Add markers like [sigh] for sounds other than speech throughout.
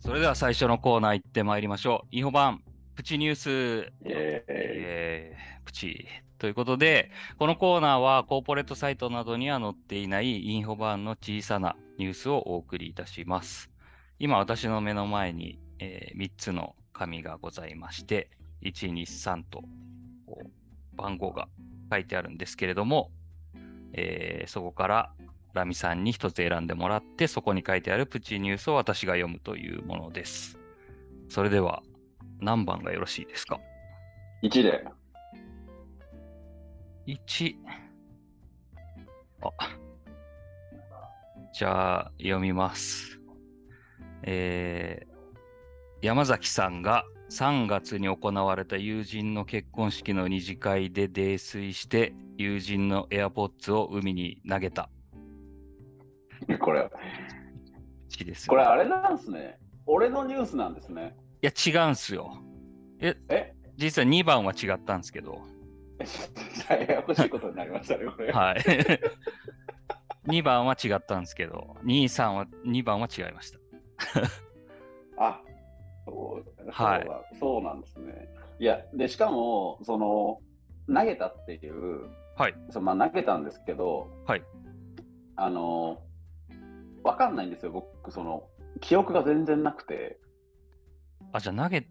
それでは最初のコーナー行ってまいりましょう。インフォ版プチニュース、えええープチ。ということで、このコーナーはコーポレートサイトなどには載っていないインフォ版の小さなニュースをお送りいたします。今私の目の前に、え3つの紙がございまして、1、2、3とこう番号が書いてあるんですけれども、えーそこからラミさんに一つ選んでもらって、そこに書いてあるプチニュースを私が読むというものです。それでは、何番がよろしいですか1で。 1。あ。じゃあ、読みます。えー山崎さんが3月に行われた友人の結婚式の二次会で泥酔して、友人の AirPods を海に投げた。これ、 1です、これあれなんですね。俺のニュースなんですね。いや、違うんすよ。え、え [laughs] 実は2番は違ったんですけど。ややこしいことになりましたね、これ。はい。2番は違ったんですけど、2、3は、2番は違いました。あそうそうだはいそうなんですね。いや、で、しかも、その、投げたっていう、はいそのまあ、投げたんですけど、はいあの、わかんないんですよ、僕、その、記憶が全然なくて。あ、じゃあ投げ、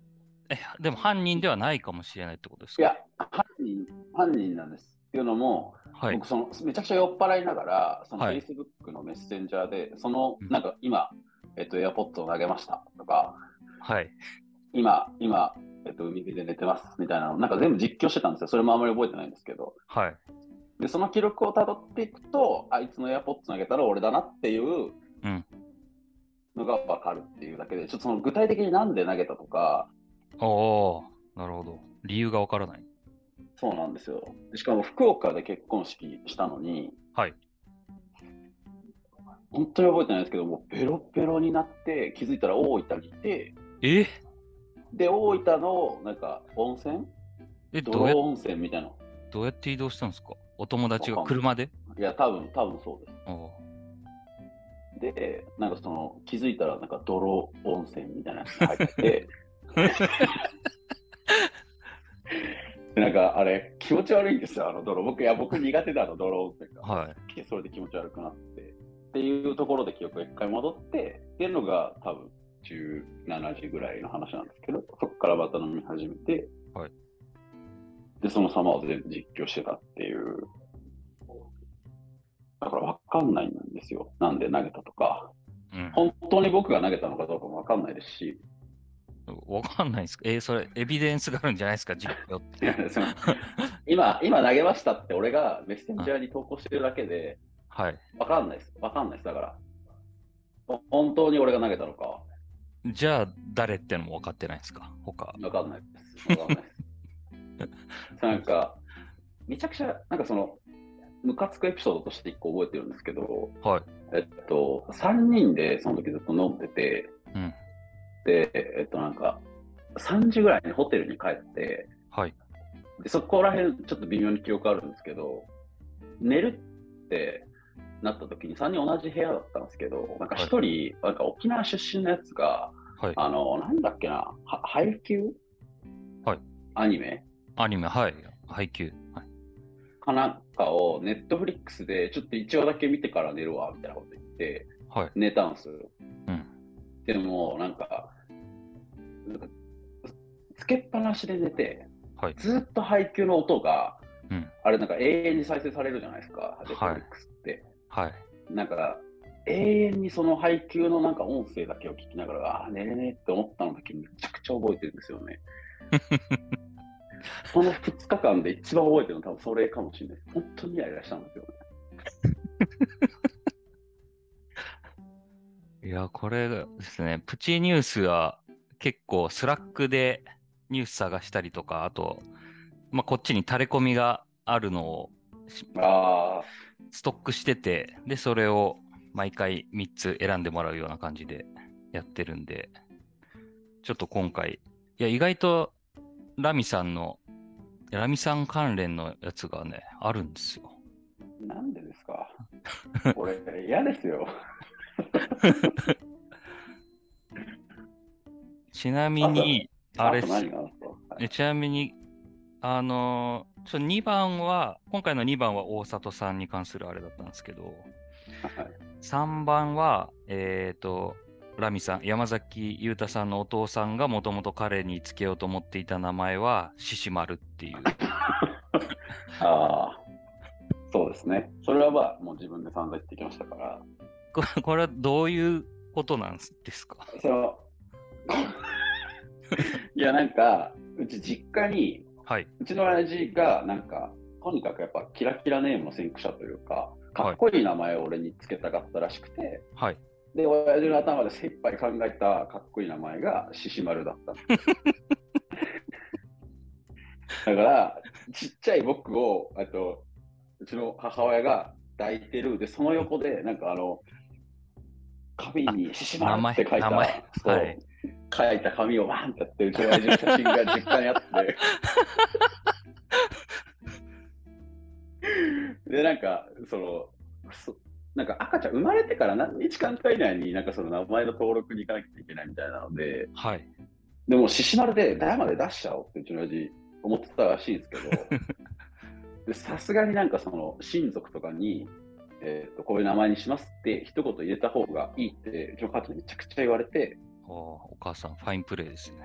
え、でも犯人ではないかもしれないってことですいかや、犯人、犯人なんです。っていうのも、はい僕。そのめちゃくちゃ酔っ払いながら、そのはい Facebook のメッセンジャーで、そのうんなんか今、えっと、エアポッドを投げましたとか、はい。今、今、えっと、海辺で寝てますみたいなの、なんか全部実況してたんですよ。それもあんまり覚えてないんですけど。はい。で、その記録をたどっていくと、あいつのエアポッド投げたら俺だなっていううんのがわかるっていうだけで、ちょっとその具体的になんで投げたとか、おおなるほど。理由がわからない。そうなんですよ。でしかも福岡で結婚式したのに、はい本当に覚えてないですけど、もうベロベロになって、気づいたら大分にいて、えで、大分のなんか温泉え、ど泥うや、温泉みたいな。どうやって移動したんですかお友達がわかん車でいや、多分多分そうでおおす。で、なんかその、気づいたらなんか泥温泉みたいなやつが入ってて、 [laughs] でなんかあれ、気持ち悪いんですよ、あの泥。僕、いや、僕苦手だ、あの泥温泉が。はい。でそれで気持ち悪くなってっていうところで記憶が一回戻ってっていうのが多分17時ぐらいの話なんですけどそこからまた飲み始めて、はいでその様を全部実況してたっていうだから分かんないんですよなんで投げたとかうん。本当に僕が投げたのかどうかも分かんないですし [laughs] わかんないですかえそれ、エビデンスがあるんじゃないですか実況って。 [laughs] その今今投げましたって俺がメッセンジャーに投稿してるだけではい。分かんないです分かんないですだからほ本当に俺が投げたのかじゃあ、誰ってのも分かってないんですか他。わかんないです。わかんないです。なんか、めちゃくちゃ、なんかその、ムカつくエピソードとして一個覚えてるんですけど、はい。えっと、3人でその時ずっと飲んでて、うん。で、えっとなんか、3時ぐらいにホテルに帰って、はい。でそこら辺ちょっと微妙に記憶あるんですけど、寝るってなった時に3人同じ部屋だったんですけど、なんか1人、なんか沖縄出身のやつが、はい。あの、なんだっけな、は配給はいアニメアニメ、はい。配給。はい。かなんかをネットフリックスでちょっと一話だけ見てから寝るわみたいなこと言ってはい。寝たんですよ。うんでもなんかなんかつけっぱなしで寝て、はいずっと配給の音が、うんあれなんか永遠に再生されるじゃないですか、ネットフリックスって。はい。なんか永遠にその配給のなんか音声だけを聞きながら、あー寝れねえって思ったのだけめちゃくちゃ覚えてるんですよ [laughs] ね。その2日間で一番覚えてるの多分それかもしれないです。本当にイライラしたんですよね。いや、これがですね、プチニュースは結構スラックでニュース探したりとか、あと、まあ、こっちに垂れ込みがあるのをしああ、ストックしてて、で、それを毎回3つ選んでもらうような感じでやってるんで、ちょっと今回、いや、意外とラミさんの、ラミさん関連のやつがね、あるんですよ。なんでですか [laughs] 俺、嫌ですよ。ちなみに、あれっとす何があるとはいえちなみに、あのー、ちょ2番は、今回の2番は大里さんに関するあれだったんですけど、はい3番は、えっ、と、ラミさん、山崎裕太さんのお父さんがもともと彼につけようと思っていた名前は、獅子丸って [laughs] いう。ああ、そうですね。それはまあ、もう自分で散々言ってきましたから、ここれはどういうことなんですかそれは [laughs] いや、なんか、うち実家に、はい。うちの親父が、なんか、とにかくやっぱキラキラネームの先駆者というか、かっこいい名前を俺につけたかったらしくて、はい。で、親父の頭で精一杯考えたかっこいい名前が獅子丸だったんです。だから、ちっちゃい僕を、あと、うちの母親が抱いてる、で、その横で、なんかあの、紙に獅子丸って書い名前た、そう、はい書いた紙をワンってやって、うちの親父の写真が実家にあって。 [laughs] で、なんか、その、そなんか赤ちゃん生まれてから何日間か以内になんかその名前の登録に行かなきゃいけないみたいなので、はい。でも獅子丸で台まで出しちゃおうってうちの親父思ってたらしいんですけど、でさすがになんかその親族とかに、えー、とこういう名前にしますって一言入れた方がいいってうちの母ちゃんにめちゃくちゃ言われて、おお母さん、ファインプレーですね。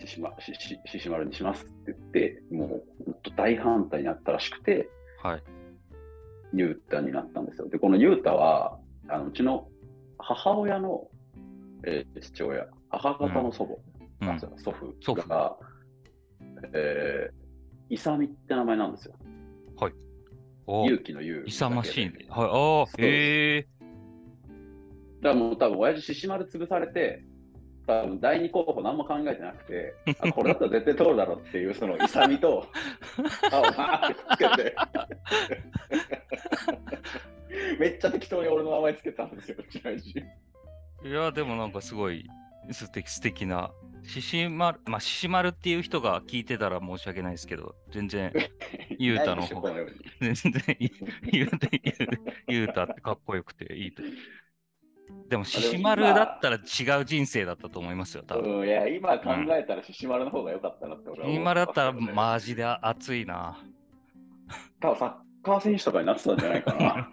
獅子丸獅子獅子丸にしますって言って、もうほんと大反対になったらしくて、はい。ユータになったんですよ。で、このユータは、あのうちの母親の、えー父親、母方の祖う母、んあそう祖父祖父が、えー、イサミって名前なんですよ。お勇気の勇。勇ましいね。だはい。ああそう、へえ。からもう多分、親父、獅子丸潰されて、多分、第二候補何も考えてなくて、あこれだったら絶対通るだろうっていう、そのイサ [laughs] ミと、あ、お前つけて。めっちゃ適当に俺の名前つけたんですよ、うちの親父。いや、でもなんかすごい素敵素敵な。獅子丸、まあ、獅子丸っていう人が聞いてたら申し訳ないですけど、全 [laughs] 然、ゆうたの方ながい、でしょこの世に全然、ゆゆうた [laughs] ゆうたってかっこよくていいと。でも、獅子丸だったら違う人生だったと思いますよ、多分。うん、いや、今考えたら獅子丸の方が良かったなって俺は獅思子う丸だったらマジで熱いな。多分サッカー選手とかになってたんじゃないかな。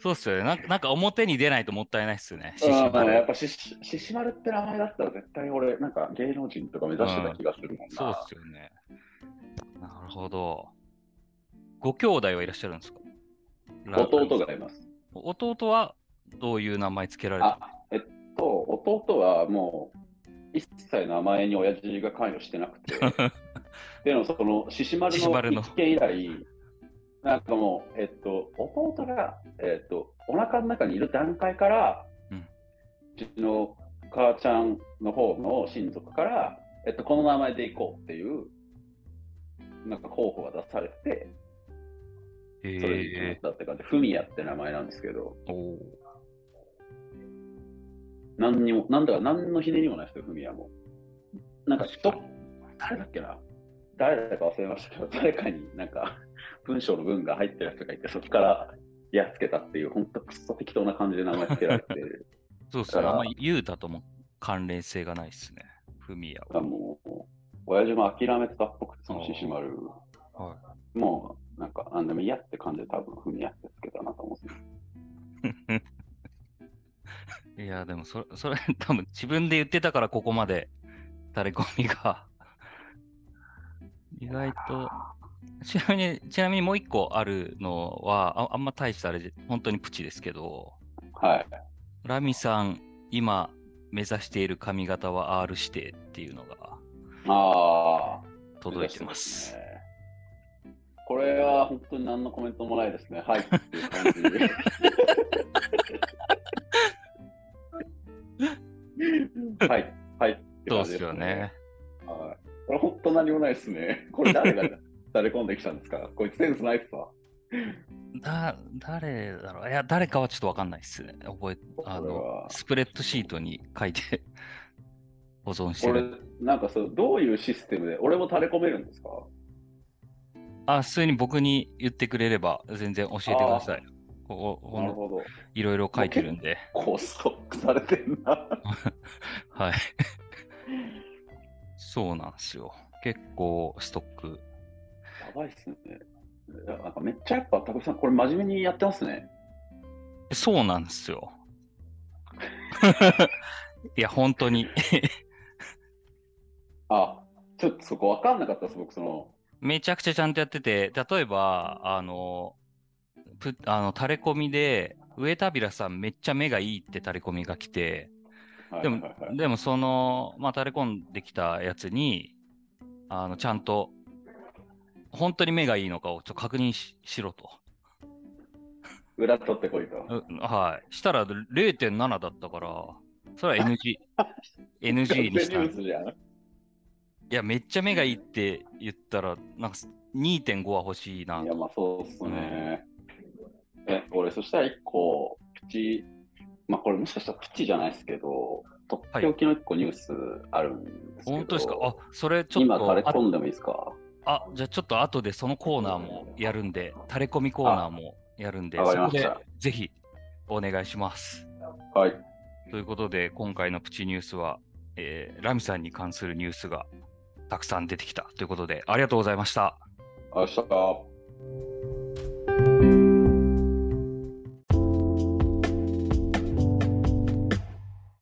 そうっすよね。なんかなんか表に出ないともったいないっすよ [laughs] ね、獅子うんや丸っ。ぱ獅子獅子丸って名前だったら絶対俺、なんか芸能人とか目指してた気がするもんな。そうっすよね。なるほど。ご兄弟はいらっしゃるんですか弟がいます。弟はどういう名前つけられたあ、えっと、弟はもう、一切名前に親父が関与してな [laughs] くて、っていうのもその獅子丸獅子丸のの一件以来、なんかもう、えっと、弟が、えっと、お腹の中にいる段階から、ううんちの母ちゃんの方の親族から、えっと、この名前で行こうっていう、なんか候補が出されて、えそれに決まったって感じで、フミヤって名前なんですけど、ー、おー何にも、なんだか何のひねりもないですよ、フミヤも。なんか人、誰だっけな誰だか忘れましたけど、誰かになんか文章の文が入ってるやつがいて、そこからやっつけたっていう、ほんとくっそ適当な感じで名前つけられて、そうっすね。だあんからまりユータとも関連性がないっすね。フミヤあもう、親父も諦めてたっぽくて、その獅子丸。はもう、なんか、なんでも嫌って感じで多分、フミヤってつけたなと思うんですよいや、でもそれ、それ、 [laughs] 多分自分で言ってたから、ここまで、垂れ込みが。意外と、ちなみに、ちなみにもう一個あるのは、ああんま大したあれじゃ、本当にプチですけど、はい。ラミさん、今、目指している髪型は R 指定っていうのがああ、届いてます。ね。これは本当に何のコメントもないですね。はいっていう感じで。はい、はいってそう感っじすよね。はい。これ本当何もないですね。これ誰が垂れ込んできたんですかこいつセンスないっすわ。だ、誰だろういや、誰かはちょっとわかんないっすね。覚え、あこれの、はスプレッドシートに書いて [laughs] 保存してこれる。、なんかそう、どういうシステムで、俺も垂れ込めるんですかあ、普通に僕に言ってくれれば全然教えてください。こここなるのほど。いろいろ書いてるんで。こうストックされてんな。はい。 [laughs] そうなんですよ。結構ストック。やばいっすね。いやなんかめっちゃやっぱ、たくさん、これ真面目にやってますね。そうなんですよ。 [laughs] いや、本当に。 [laughs] あ、ちょっとそこ分かんなかったです、僕、その、めちゃくちゃちゃんとやってて、例えば、あの、ぷあの垂れ込みで、上田平さんめっちゃ目がいいって垂れ込みが来て、はいではいもはい、でもその、まあ、垂れ込んできたやつに、あの、ちゃんと、本当に目がいいのかをちょっと確認ししろと。裏取ってこいと。うはい。したら0.7だったから、それは NG。NG にした完全んにです。嘘じゃん。いや、めっちゃ目がいいって言ったら、なんか2.5は欲しいな。いや、まあそうっすね。え、俺、そしたら一個、プチ、まあこれもしかしたらプチじゃないですけど、とっておきの一個ニュースあるんですけど、本当ですかあ、それちょっ今、垂れと、込んでもいいですかあ、じゃあちょっと後でそのコーナーもやるんで、垂れ込みコーナーもやるんで、あわそかりこまでしたぜひお願いします。はい。ということで、今回のプチニュースは、えーラミさんに関するニュースがたくさん出てきたということで、ありがとうございました。明日。